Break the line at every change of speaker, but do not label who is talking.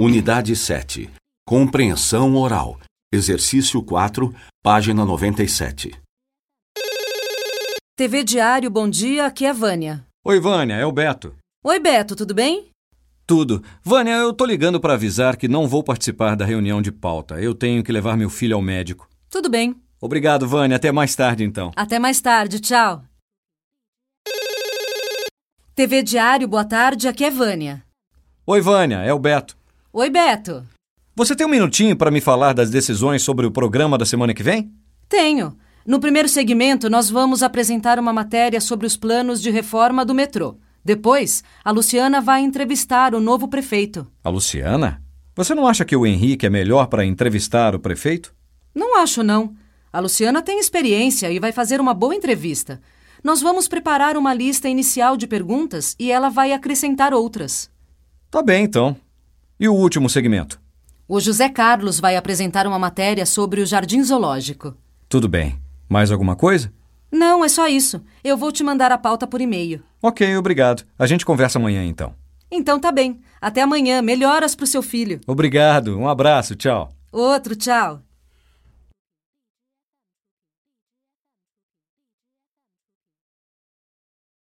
Unidade 7. Compreensão oral. Exercício 4, página 97.
TV Diário, bom dia, aqui é Vânia.
Oi, Vânia, é o Beto.
Oi, Beto, tudo bem?
Tudo. Vânia, eu tô ligando para avisar que não vou participar da reunião de pauta. Eu tenho que levar meu filho ao médico.
Tudo bem.
Obrigado, Vânia. Até mais tarde, então.
Até mais tarde, tchau. TV Diário, boa tarde, aqui é Vânia.
Oi, Vânia, é o Beto.
Oi, Beto.
Você tem um minutinho para me falar das decisões sobre o programa da semana que vem?
Tenho. No primeiro segmento, nós vamos apresentar uma matéria sobre os planos de reforma do metrô. Depois, a Luciana vai entrevistar o novo prefeito.
A Luciana? Você não acha que o Henrique é melhor para entrevistar o prefeito?
Não acho, não. A Luciana tem experiência e vai fazer uma boa entrevista. Nós vamos preparar uma lista inicial de perguntas e ela vai acrescentar outras.
Tá bem, então. E o último segmento?
O José Carlos vai apresentar uma matéria sobre o Jardim Zoológico.
Tudo bem. Mais alguma coisa?
Não, é só isso. Eu vou te mandar a pauta por e-mail.
Ok, obrigado. A gente conversa amanhã, então.
Então tá bem. Até amanhã. Melhoras pro seu filho.
Obrigado. Um abraço. Tchau.
Outro, tchau.